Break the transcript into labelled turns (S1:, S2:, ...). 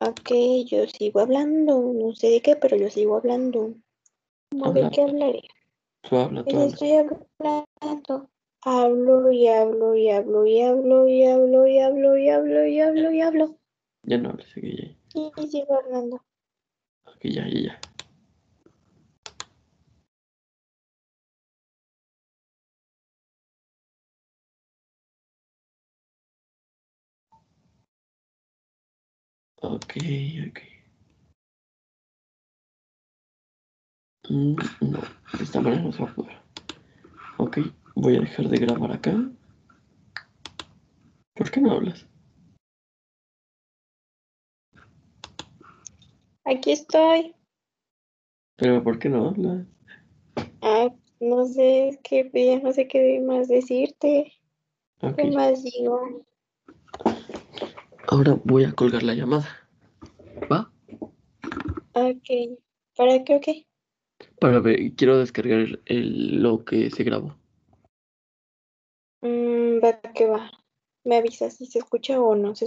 S1: Ok, yo sigo hablando. No sé de qué, pero yo sigo hablando. ¿Cómo
S2: Habla.
S1: ¿De qué hablaré?
S2: Tú habla, tú
S1: Yo
S2: habla.
S1: estoy hablando. Hablo y hablo y hablo y hablo y hablo y hablo y hablo y hablo y hablo.
S2: Ya no hables, aquí ya.
S1: Y sigo hablando.
S2: Aquí ya, ya, ya. Ok, ok. Mm, no, de esta manera no se va a poder. Ok, voy a dejar de grabar acá. ¿Por qué no hablas?
S1: Aquí estoy.
S2: Pero ¿por qué no hablas?
S1: Ah, no sé, es que ya no sé qué más decirte.
S2: Ok,
S1: ¿Qué más digo?
S2: ahora voy a colgar la llamada. ¿Va?
S1: Ok. ¿Para qué o qué?
S2: Para ver, quiero descargar el- lo que se grabó.
S1: Mm, va que va. Me avisas si se escucha o no se